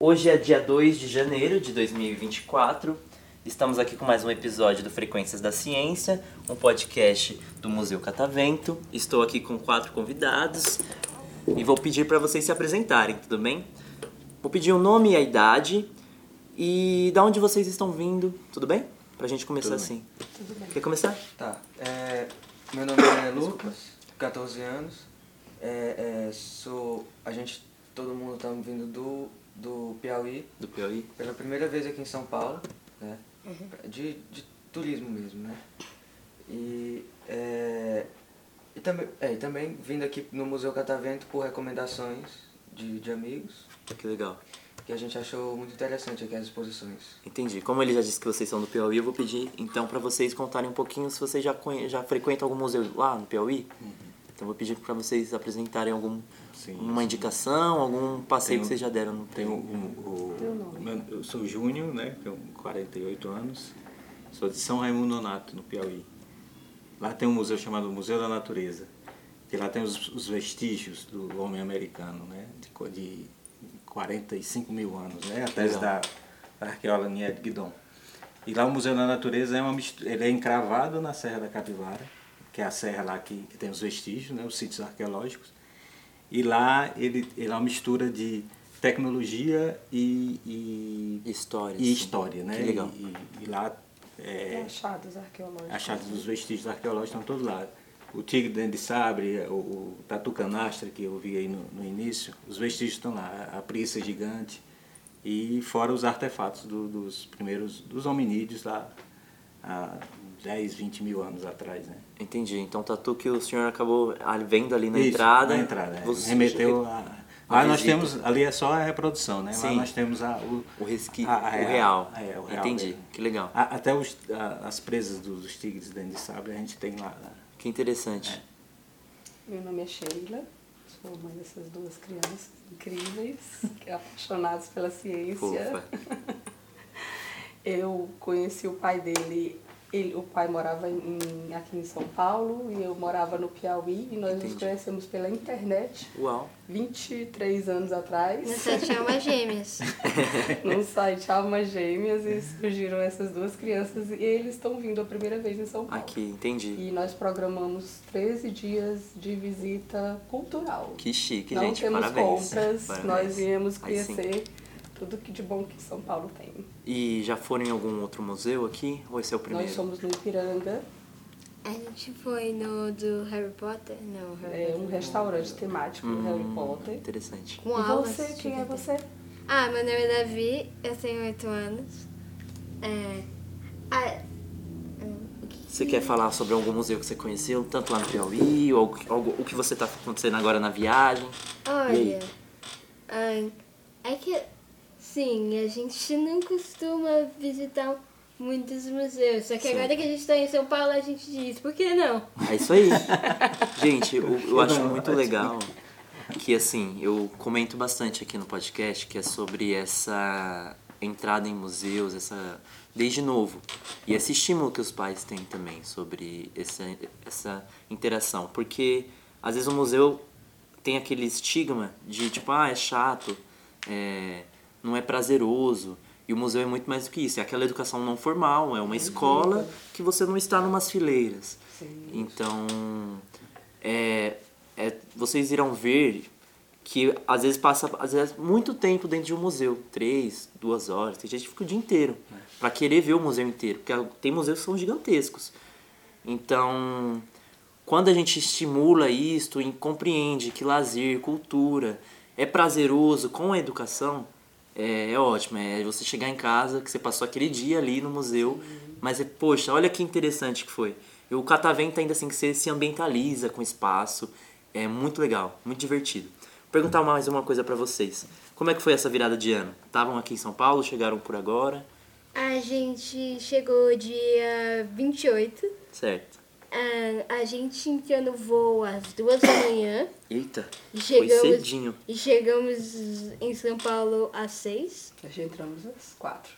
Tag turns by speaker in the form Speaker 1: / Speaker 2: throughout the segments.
Speaker 1: Hoje é dia 2 de janeiro de 2024. Estamos aqui com mais um episódio do Frequências da Ciência, um podcast do Museu Catavento. Estou aqui com quatro convidados e vou pedir para vocês se apresentarem, tudo bem? Vou pedir o nome e a idade e da onde vocês estão vindo, tudo bem? Pra gente começar assim. Quer começar?
Speaker 2: Tá. é, meu nome é Lucas, 14 anos. É, é, sou. A gente. Todo mundo tá vindo do, do Piauí
Speaker 1: Do Piauí.
Speaker 2: pela primeira vez aqui em São Paulo, né? De, de turismo mesmo, né? E, é, e, também, é, e também vindo aqui no Museu Catavento por recomendações de, de amigos,
Speaker 1: Que legal.
Speaker 2: que a gente achou muito interessante aqui as exposições.
Speaker 1: Entendi. Como ele já disse que vocês são do Piauí, eu vou pedir então pra vocês contarem um pouquinho se vocês já, conhe... já frequentam algum museu lá no Piauí. Então eu vou pedir pra vocês apresentarem algum
Speaker 3: Uhum. Sim,
Speaker 1: uma indicação, algum passeio
Speaker 3: Tem
Speaker 1: que
Speaker 3: um-
Speaker 1: vocês já deram no
Speaker 3: Tenho
Speaker 1: Piauí.
Speaker 3: o,
Speaker 4: Teu nome.
Speaker 3: meu- eu sou Júnior, né? Tenho 48 anos. Sou de São Raimundo Nonato, no Piauí. Lá tem um museu chamado Museu da Natureza, que lá tem os, os vestígios do homem americano, né? De, co- de 45 mil anos, né? A tese da, da arqueóloga Nied Guidon. E lá o Museu da Natureza é uma mistura, ele é encravado na Serra da Capivara, que é a serra lá que, que tem os vestígios, né? Os sítios arqueológicos. E lá ele, ele é uma mistura de tecnologia e, e,
Speaker 1: E Histórias.
Speaker 3: e história, né?
Speaker 1: Que legal.
Speaker 3: E, e- e lá é,
Speaker 4: Tem achados arqueológicos.
Speaker 3: achados dos vestígios arqueológicos estão todos lá. O tigre de dente de sabre, o, o tatu canastra que eu vi aí no, no início, os vestígios estão lá, a preguiça gigante e fora os artefatos do- dos primeiros, dos hominídeos lá há 10, 20 mil anos atrás, né?
Speaker 1: Entendi. Então tatu que o senhor acabou ali- vendo ali na
Speaker 3: Isso,
Speaker 1: entrada.
Speaker 3: Na entrada, é.
Speaker 1: Você-
Speaker 3: remeteu a. Lá nós
Speaker 1: visita.
Speaker 3: temos, ali é só a reprodução, né? Lá
Speaker 1: Sim.
Speaker 3: nós temos a, o,
Speaker 1: O resqui-
Speaker 3: a- a-
Speaker 1: o real.
Speaker 3: é, o real
Speaker 1: Entendi,
Speaker 3: mesmo.
Speaker 1: que legal.
Speaker 3: A- até os- a- as presas dos, dos tigres dentro de sabre a gente tem lá. né?
Speaker 1: Que interessante.
Speaker 4: Meu nome é Sheila, sou mãe dessas duas crianças incríveis, apaixonadas pela
Speaker 3: É.
Speaker 4: ciência.
Speaker 1: Fofa.
Speaker 4: Eu conheci o pai dele, ele- o pai morava em- aqui em São Paulo e eu morava no Piauí e nós
Speaker 1: Entendi.
Speaker 4: nos conhecemos pela internet
Speaker 1: Uau.
Speaker 4: 23 anos atrás.
Speaker 5: No site Almas Gêmeas.
Speaker 4: num site Almas Gêmeas e surgiram essas duas crianças e eles estão vindo a primeira vez em São Paulo.
Speaker 1: Aqui, entendi.
Speaker 4: E nós programamos 13 dias de visita cultural.
Speaker 1: Que chique,
Speaker 4: Não
Speaker 1: gente.
Speaker 4: temos
Speaker 1: Parabéns.
Speaker 4: compras,
Speaker 1: Parabéns.
Speaker 4: nós viemos
Speaker 1: Aí sim.
Speaker 4: conhecer tudo que de bom que São Paulo tem.
Speaker 1: E já foram em algum outro museu aqui? Ou esse é o primeiro?
Speaker 4: Nós somos no Ipiranga,
Speaker 5: A gente foi no do Harry Potter. Não, Harry
Speaker 4: é
Speaker 5: Potter.
Speaker 4: um restaurante temático
Speaker 1: Hum.
Speaker 4: do Harry Potter.
Speaker 1: Interessante.
Speaker 5: Com
Speaker 4: e
Speaker 5: aulas
Speaker 4: você,
Speaker 5: de
Speaker 4: quem é
Speaker 5: canto.
Speaker 4: você?
Speaker 5: Ah, meu nome é Davi, eu tenho 8 anos. É. Ah, o que
Speaker 1: Você quer falar sobre algum museu que você conheceu, tanto lá no Piauí, ou algo- algo- o que você tá acontecendo agora na viagem?
Speaker 5: Olha, ah, é que sim, a gente não costuma visitar muitos museus. Só que
Speaker 1: Sim.
Speaker 5: agora que a gente está em São Paulo, a gente diz, por que não?
Speaker 1: É isso aí. Gente, eu, eu acho muito legal que, assim, eu comento bastante aqui no podcast que é sobre essa entrada em museus, essa desde novo. E esse estímulo que os pais têm também sobre essa, essa interação. Porque, às vezes, o museu tem aquele estigma de, tipo, ah, é chato, é, não é prazeroso. E o museu é muito mais do que isso. É aquela educação não formal, é uma escola que você não está numas fileiras.
Speaker 4: Sim.
Speaker 1: Então, é, é, vocês irão ver que às vezes passa às vezes, muito tempo dentro de um museu três, duas horas. Tem gente que fica o dia inteiro para querer ver o museu inteiro, porque tem museus que são gigantescos. Então, quando a gente estimula isto e compreende que lazer, cultura é prazeroso com a educação, é, é ótimo. É você chegar em casa, que você passou aquele dia ali no museu,
Speaker 4: Uhum.
Speaker 1: mas é, poxa, olha que interessante que foi. E o catavento ainda assim que você se ambientaliza com o espaço. É muito legal, muito divertido. Vou perguntar mais uma coisa pra vocês. Como é que foi essa virada de ano? Estavam aqui em São Paulo, chegaram por agora,
Speaker 5: A gente chegou dia 28.
Speaker 1: certo?
Speaker 5: Ah, a gente entrou no voo às duas da manhã.
Speaker 1: Eita,
Speaker 5: E
Speaker 1: foi
Speaker 5: chegamos,
Speaker 1: cedinho.
Speaker 5: e chegamos em São Paulo às seis.
Speaker 4: Nós já entramos às quatro.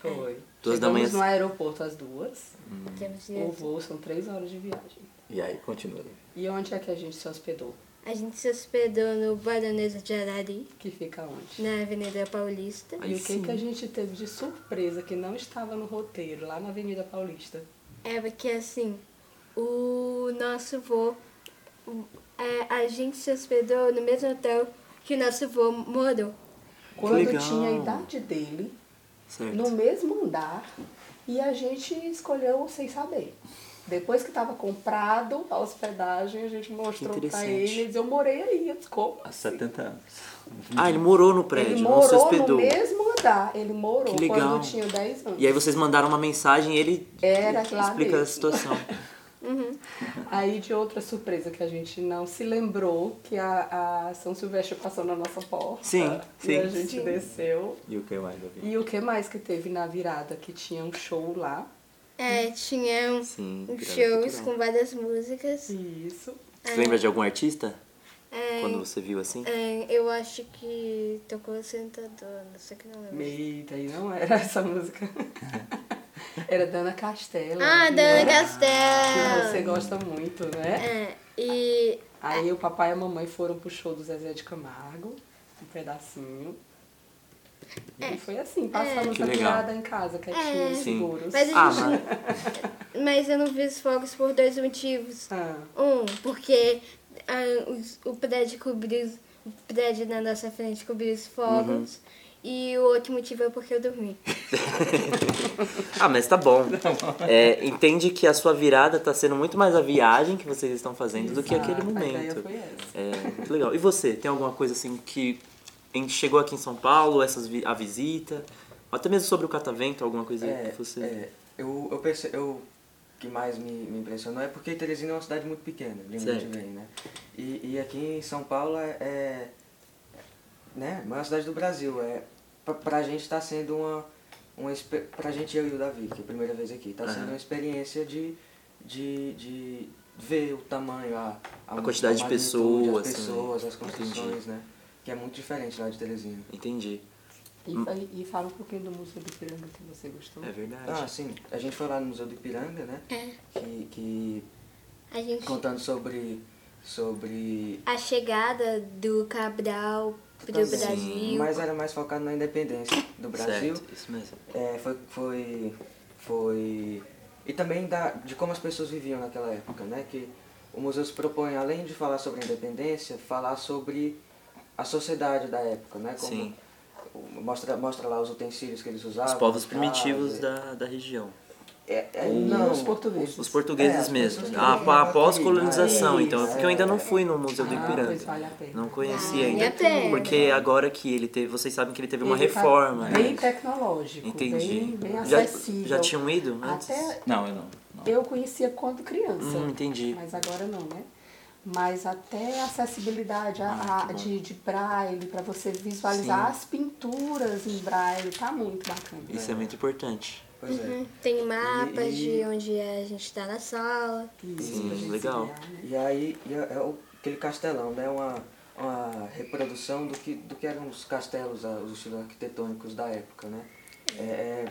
Speaker 4: Foi.
Speaker 1: Duas da manhã.
Speaker 4: Chegamos no aeroporto às duas.
Speaker 1: Hum.
Speaker 5: Temos
Speaker 4: O
Speaker 5: direito.
Speaker 4: voo são três horas de viagem.
Speaker 3: E aí, continua.
Speaker 4: E onde é que a gente se hospedou?
Speaker 5: A gente se hospedou no Baronesa de Arari,
Speaker 4: Que fica onde?
Speaker 5: na Avenida Paulista.
Speaker 1: Aí
Speaker 4: e o que,
Speaker 1: sim.
Speaker 4: que a gente teve de surpresa que não estava no roteiro, lá na Avenida Paulista?
Speaker 5: É porque assim, o nosso vô, o- é, a gente se hospedou no mesmo hotel que o nosso vô morou.
Speaker 4: Quando
Speaker 1: legal.
Speaker 4: tinha a idade dele,
Speaker 1: Certo.
Speaker 4: no mesmo andar e a gente escolheu sem saber. Depois que estava comprado a hospedagem, a gente mostrou pra
Speaker 1: interessante.
Speaker 4: ele e disse, eu morei aí, eu disse, como
Speaker 3: Há
Speaker 4: assim?
Speaker 3: 70 anos.
Speaker 1: Ah, ele morou no prédio,
Speaker 4: Ele
Speaker 1: não se
Speaker 4: morou no
Speaker 1: hospedou.
Speaker 4: mesmo andar, ele morou
Speaker 1: Que legal.
Speaker 4: quando tinha 10 anos.
Speaker 1: E aí vocês mandaram uma mensagem e ele
Speaker 4: Era lá
Speaker 1: explica a
Speaker 4: mesmo.
Speaker 1: situação.
Speaker 4: Aí de outra surpresa que a gente não se lembrou, que a, a São Silvestre passou na nossa porta.
Speaker 1: Sim, sim.
Speaker 4: E a gente
Speaker 5: Sim.
Speaker 4: desceu.
Speaker 3: E o que mais, Davi?
Speaker 4: E o que mais que teve na virada? Que tinha um show lá.
Speaker 5: É, tinha um,
Speaker 1: Sim,
Speaker 5: uns
Speaker 1: virada
Speaker 5: shows
Speaker 1: cultural.
Speaker 5: com várias músicas.
Speaker 4: Isso.
Speaker 1: Você lembra de algum artista?
Speaker 5: É,
Speaker 1: Quando você viu assim?
Speaker 5: é, eu acho que tocou Sentadona, só que não lembro.
Speaker 4: Meita, e não era essa música. Era Dana Castela.
Speaker 5: Ah, Dana
Speaker 4: Que
Speaker 5: Castela!
Speaker 4: Você gosta muito, né?
Speaker 5: É, e
Speaker 4: Aí o papai e a mamãe foram pro show do Zezé de Camargo, um pedacinho.
Speaker 5: É.
Speaker 4: E foi assim, passamos
Speaker 1: Que
Speaker 4: a
Speaker 1: legal.
Speaker 4: virada em casa, quietinhos,
Speaker 1: Sim.
Speaker 4: seguros.
Speaker 5: Mas
Speaker 1: Ah,
Speaker 5: a gente-
Speaker 1: mas
Speaker 5: Mas eu não vi os fogos por dois motivos.
Speaker 4: Ah,
Speaker 5: Um, porque ah, os- o prédio cobriu. O prédio na nossa frente cobriu os fogos.
Speaker 2: Uhum.
Speaker 5: E o outro motivo é porque eu dormi.
Speaker 1: Ah, mas tá bom. É, entende que a sua virada tá sendo muito mais a viagem que vocês estão fazendo do que
Speaker 4: Exato,
Speaker 1: aquele
Speaker 4: a ideia
Speaker 1: momento.
Speaker 4: foi essa.
Speaker 1: É, muito legal. E você, tem alguma coisa assim que a gente chegou aqui em São Paulo, essas vi- a visita, ou até mesmo sobre o catavento, alguma coisa
Speaker 2: É,
Speaker 1: que você.
Speaker 2: é, eu, eu perce- eu- o que mais me, me impressionou é porque Teresina é uma cidade muito pequena, de onde a gente
Speaker 1: Certo.
Speaker 2: vem, né? E, e aqui em São Paulo é, é né, a maior cidade do Brasil. É, pra, pra gente está sendo uma, uma. expe- Pra gente, eu e o Davi, que é a primeira vez aqui, está sendo
Speaker 1: Aham.
Speaker 2: uma experiência de, de, de ver o tamanho, a,
Speaker 1: A quantidade de
Speaker 2: magnitude,
Speaker 1: pessoas,
Speaker 2: As
Speaker 1: né?
Speaker 2: pessoas, as construções,
Speaker 1: Entendi.
Speaker 2: né? Que é muito diferente lá de Teresina.
Speaker 1: Entendi.
Speaker 4: E, fa- e fala um pouquinho do Museu do Piranga que você gostou.
Speaker 1: Hum. É
Speaker 2: Ah,
Speaker 1: verdade.
Speaker 2: sim. A gente foi lá no Museu do Ipiranga, né? Que, que
Speaker 5: A gente.
Speaker 2: contando sobre sobre
Speaker 5: A chegada do Cabral pro
Speaker 2: Também.
Speaker 5: Brasil.
Speaker 2: mas era mais focado na independência do Brasil
Speaker 1: Certo, isso mesmo.
Speaker 2: É, foi foi foi e também da de como as pessoas viviam naquela época né que o museu se propõe além de falar sobre a independência falar sobre a sociedade da época né como
Speaker 1: Sim.
Speaker 2: mostra mostra lá os utensílios que eles usavam
Speaker 1: Os povos
Speaker 2: casa.
Speaker 1: primitivos da, da região.
Speaker 2: É, é,
Speaker 4: E
Speaker 2: não
Speaker 4: os portugueses.
Speaker 1: Os portugueses
Speaker 2: É,
Speaker 1: mesmo.
Speaker 2: os
Speaker 1: Ah,
Speaker 2: portugueses.
Speaker 1: pá, após colonização,
Speaker 4: Ah,
Speaker 1: então.
Speaker 4: isso.
Speaker 1: Porque eu ainda não fui no Museu do
Speaker 4: Ah, pois vale a
Speaker 1: Ipiranga.
Speaker 4: pena.
Speaker 1: Não conhecia
Speaker 5: Vale a
Speaker 1: ainda.
Speaker 5: pena.
Speaker 1: Porque agora que ele teve. Vocês sabem que ele teve uma
Speaker 4: Ele tá
Speaker 1: reforma. né?
Speaker 4: Bem tecnológico,
Speaker 1: Entendi.
Speaker 4: bem, bem
Speaker 1: já,
Speaker 4: acessível.
Speaker 1: já tinham ido antes?
Speaker 4: Até
Speaker 3: Não, eu não. não.
Speaker 4: eu conhecia quando criança.
Speaker 1: Hum, entendi.
Speaker 4: Mas agora não, né? Mas até a acessibilidade a- a- de, de braille, para você visualizar
Speaker 1: Ah, Sim.
Speaker 4: as pinturas em braille, tá muito bacana.
Speaker 1: Isso é muito importante.
Speaker 2: pois é.
Speaker 5: Hum, Tem mapas
Speaker 2: E-
Speaker 5: de onde a gente tá na sala.
Speaker 4: Isso,
Speaker 1: é Sim,
Speaker 4: pra gente se
Speaker 1: legal.
Speaker 4: guiar, né?
Speaker 2: E aí e é, é o- aquele castelão, né? Uma, uma reprodução do que, do que eram os castelos, ah, os estilos arquitetônicos da época, né? É, é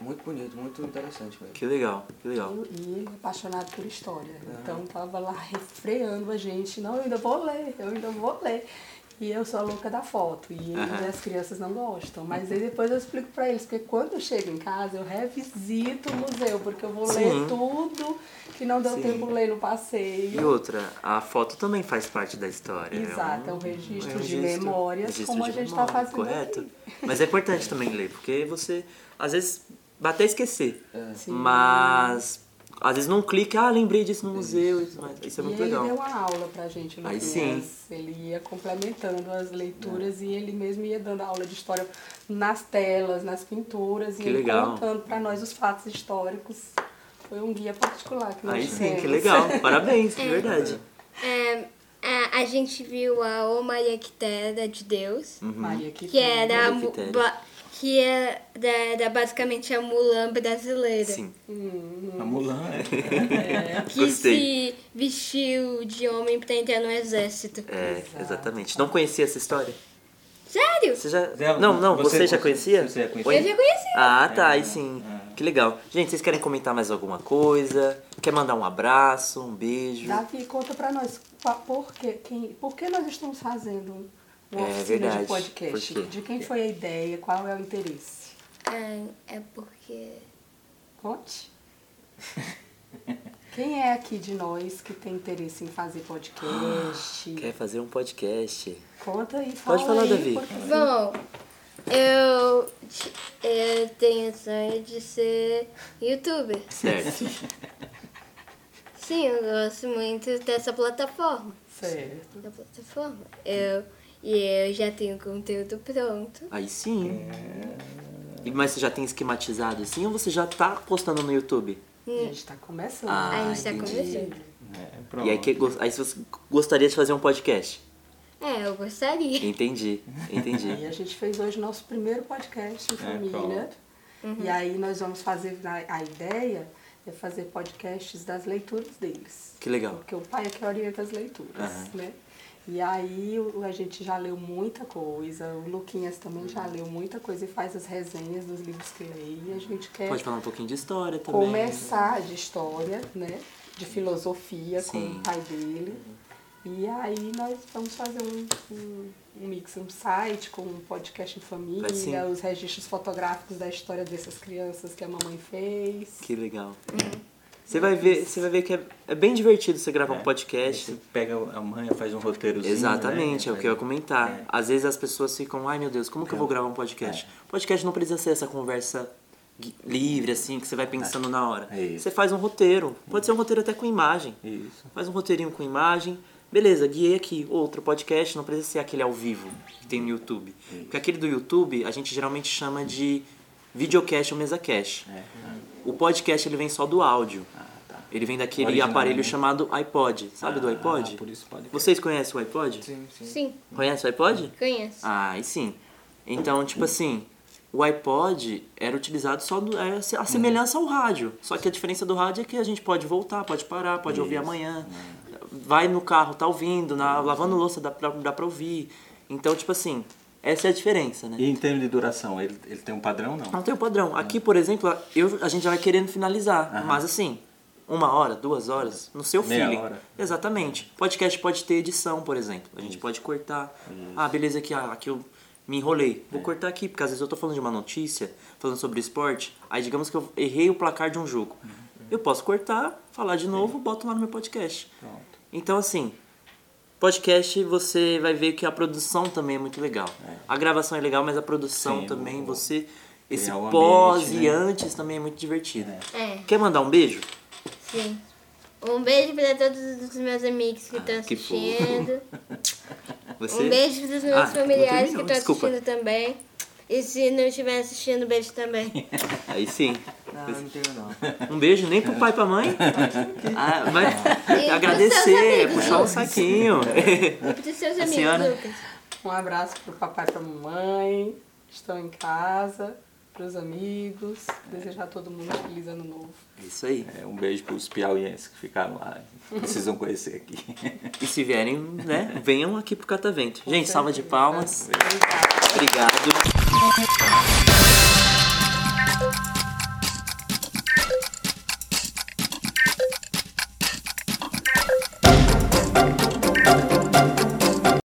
Speaker 2: muito bonito, muito interessante mesmo.
Speaker 1: Que legal, que legal.
Speaker 4: Eu- E ele é apaixonado por história. Então tava lá refreando a gente. Não, eu ainda vou ler, eu ainda vou ler. E eu sou a louca da foto. E, ele-
Speaker 1: Aham.
Speaker 4: as crianças não gostam. Mas aí depois eu explico pra eles. Porque quando eu chego em casa, eu revisito o museu. Porque eu vou
Speaker 1: Sim.
Speaker 4: ler tudo que não deu
Speaker 1: Sim.
Speaker 4: tempo de ler no
Speaker 1: E
Speaker 4: passeio.
Speaker 1: outra, a foto também faz parte da história.
Speaker 4: Exato, é um registro de memórias, como a gente tá fazendo
Speaker 1: Correto.
Speaker 4: aqui.
Speaker 1: Mas é importante também ler, porque você, às vezes, vai até esquecer.
Speaker 3: É.
Speaker 4: Sim.
Speaker 1: Mas, às vezes, não clica, ah, lembrei disso no museu. Isso, mas isso é
Speaker 4: e
Speaker 1: muito
Speaker 4: ele
Speaker 1: legal.
Speaker 4: deu uma aula pra gente no
Speaker 1: Aí
Speaker 4: Criança. Ele ia complementando as leituras e ele mesmo ia dando aula de história nas telas, nas pinturas
Speaker 1: Que
Speaker 4: e ele
Speaker 1: legal.
Speaker 4: contando pra nós os fatos históricos. Foi um guia particular que nós
Speaker 1: Aí sim,
Speaker 4: tivemos.
Speaker 1: que legal. Parabéns, de verdade.
Speaker 5: É, a, a gente viu a Ô Maria Quitera de Deus.
Speaker 1: Hum.
Speaker 4: Uhum. Maria que
Speaker 5: Que é, né? era, a
Speaker 1: Maria
Speaker 5: mu-
Speaker 1: Quitéria.
Speaker 5: ba- que era, era basicamente a Mulan brasileira.
Speaker 1: Sim.
Speaker 3: A Mulan, né?
Speaker 5: que
Speaker 1: Gostei.
Speaker 5: se vestiu de homem pra entrar no exército.
Speaker 1: É, exatamente. Não conhecia essa história?
Speaker 5: Sério?
Speaker 1: Você já.
Speaker 3: Dela-
Speaker 1: não, não, você,
Speaker 3: você-
Speaker 1: já
Speaker 3: você-
Speaker 1: conhecia?
Speaker 3: você já conhecia?
Speaker 1: Oi?
Speaker 5: Eu já conheci.
Speaker 1: Ah, tá, aí
Speaker 3: É,
Speaker 1: sim.
Speaker 3: é.
Speaker 1: Que legal. Gente, vocês querem comentar mais alguma coisa? Quer mandar um abraço, um beijo?
Speaker 4: Davi, conta pra nós pa- por que, quem, por que nós estamos fazendo uma
Speaker 1: É
Speaker 4: oficina
Speaker 1: verdade.
Speaker 4: de podcast?
Speaker 1: Por quê?
Speaker 4: De quem foi a ideia? Qual é o interesse?
Speaker 5: Ah, é porque.
Speaker 4: Conte. Quem é aqui de nós que tem interesse em fazer podcast?
Speaker 1: Quer fazer um podcast?
Speaker 4: Conta aí, fala
Speaker 1: Pode falar,
Speaker 4: aí, um
Speaker 1: Davi.
Speaker 4: porque-
Speaker 5: Bom, eu, t- eu tenho o sonho de ser youtuber.
Speaker 1: Certo.
Speaker 5: Sim, eu gosto muito dessa plataforma.
Speaker 4: Certo.
Speaker 5: Da plataforma. Eu, e eu já tenho conteúdo pronto.
Speaker 1: aí sim.
Speaker 3: É.
Speaker 1: E, mas você já tem esquematizado assim ou você já tá postando no YouTube?
Speaker 4: A gente tá começando.
Speaker 1: Ah,
Speaker 5: Hum. a gente tá
Speaker 1: entendi.
Speaker 5: começando.
Speaker 3: É, pronto.
Speaker 1: E aí, que, gos- aí se você gostaria de fazer um podcast?
Speaker 5: É, eu gostaria.
Speaker 1: Entendi,
Speaker 4: E
Speaker 1: entendi. É,
Speaker 4: a gente fez hoje nosso primeiro podcast em família.
Speaker 3: pronto.
Speaker 4: E aí nós vamos fazer, a, a ideia é fazer podcasts das leituras deles.
Speaker 1: Que legal.
Speaker 4: Porque o pai é que orienta as leituras, né? E aí o- a gente já leu muita coisa, o Luquinhas também já
Speaker 1: Uhum.
Speaker 4: leu muita coisa e faz as resenhas dos livros que lê. E a gente quer
Speaker 1: Pode falar um pouquinho de história também.
Speaker 4: começar de história, né? De filosofia com
Speaker 1: Sim.
Speaker 4: o pai dele. E aí nós vamos fazer um, um, um mix, um site com um podcast em
Speaker 1: Vai sim.
Speaker 4: família, os registros fotográficos da história dessas crianças que a mamãe fez.
Speaker 1: Que legal. Você vai ver, você vai ver que é, é bem divertido você gravar
Speaker 3: É.
Speaker 1: um podcast.
Speaker 3: Você pega a mãe, faz um roteirozinho.
Speaker 1: Exatamente,
Speaker 3: né?
Speaker 1: é o que eu ia comentar.
Speaker 3: É.
Speaker 1: Às vezes as pessoas ficam, ai meu Deus, como que eu vou gravar um podcast? Podcast não precisa ser essa conversa gui- livre, assim, que você vai pensando na hora.
Speaker 3: É isso.
Speaker 1: Você faz um roteiro. Pode ser um roteiro até com imagem.
Speaker 3: Isso.
Speaker 1: Faz um roteirinho com imagem. Beleza, guiei aqui. Outro podcast, não precisa ser aquele ao vivo que tem no YouTube. Porque aquele do YouTube a gente geralmente chama de videocast ou mesacast.
Speaker 3: É.
Speaker 1: O podcast ele vem só do áudio.
Speaker 3: Ah, tá.
Speaker 1: Ele vem daquele
Speaker 3: Originalmente.
Speaker 1: aparelho chamado iPod. Sabe do iPod?
Speaker 3: Ah, por isso pode.
Speaker 1: Vocês conhecem o iPod?
Speaker 2: Sim, sim.
Speaker 5: Sim,
Speaker 1: Conhece o iPod?
Speaker 5: conheço.
Speaker 1: Uhum. Ah, e sim. Então, tipo assim, o iPod era utilizado só do, é a semelhança ao rádio. Só que a diferença do rádio é que a gente pode voltar, pode parar, pode ouvir amanhã. Vai no carro, tá ouvindo, na, lavando louça dá pra, dá pra ouvir. Então, tipo assim, essa é a diferença, né?
Speaker 3: E em termos de duração, ele, ele tem um padrão não?
Speaker 1: Não tem o padrão. Aqui, por exemplo, eu, a gente já vai querendo finalizar.
Speaker 3: Aham.
Speaker 1: Mas assim, uma hora, duas horas, no seu
Speaker 3: Meia
Speaker 1: feeling.
Speaker 3: hora.
Speaker 1: Exatamente. Podcast pode ter edição, por exemplo. A gente pode cortar. Ah, beleza, aqui, ah, aqui eu me enrolei.
Speaker 3: É.
Speaker 1: Vou cortar aqui, porque às vezes eu tô falando de uma notícia, falando sobre esporte. Aí digamos que eu errei o placar de um jogo.
Speaker 3: Uhum.
Speaker 1: Eu posso cortar, falar de novo, boto lá no meu podcast.
Speaker 3: Pronto.
Speaker 1: Então, assim, podcast você vai ver que a produção também é muito legal.
Speaker 3: É.
Speaker 1: A gravação é legal, mas a produção
Speaker 3: Sim,
Speaker 1: também,
Speaker 3: o-
Speaker 1: você. Esse
Speaker 3: criar o
Speaker 1: pós
Speaker 3: ambiente,
Speaker 1: e
Speaker 3: né?
Speaker 1: antes também é muito divertido.
Speaker 3: É.
Speaker 5: É,
Speaker 1: Quer mandar um beijo?
Speaker 5: sim. Um beijo pra todos os meus amigos que estão
Speaker 1: Ah, que fofo.
Speaker 5: assistindo.
Speaker 1: Você?
Speaker 5: Um beijo pros
Speaker 1: Ah,
Speaker 5: meus
Speaker 1: não
Speaker 5: familiares que
Speaker 1: terminou,
Speaker 5: estão
Speaker 1: desculpa.
Speaker 5: assistindo também. E se não estiver assistindo, beijo também.
Speaker 1: Aí sim.
Speaker 2: Não, eu Ah, não tenho não.
Speaker 1: Um beijo nem pro pai e pra mãe. Ah, mas
Speaker 5: E
Speaker 1: agradecer,
Speaker 5: pros seus amigos. né?
Speaker 1: puxar um saquinho.
Speaker 3: É.
Speaker 5: E pros seus
Speaker 1: A
Speaker 5: amigos,
Speaker 1: senhora?
Speaker 5: Lucas.
Speaker 4: Um abraço pro papai e pra mamãe, que estão em casa, pros amigos. Desejar a todo mundo um feliz ano novo.
Speaker 1: É Isso aí.
Speaker 3: É, um beijo para os piauienses que ficaram lá. Precisam conhecer aqui.
Speaker 1: E se vierem, né, venham aqui pro Catavento. Gente, salva de palmas.
Speaker 4: Obrigada.
Speaker 1: Obrigado.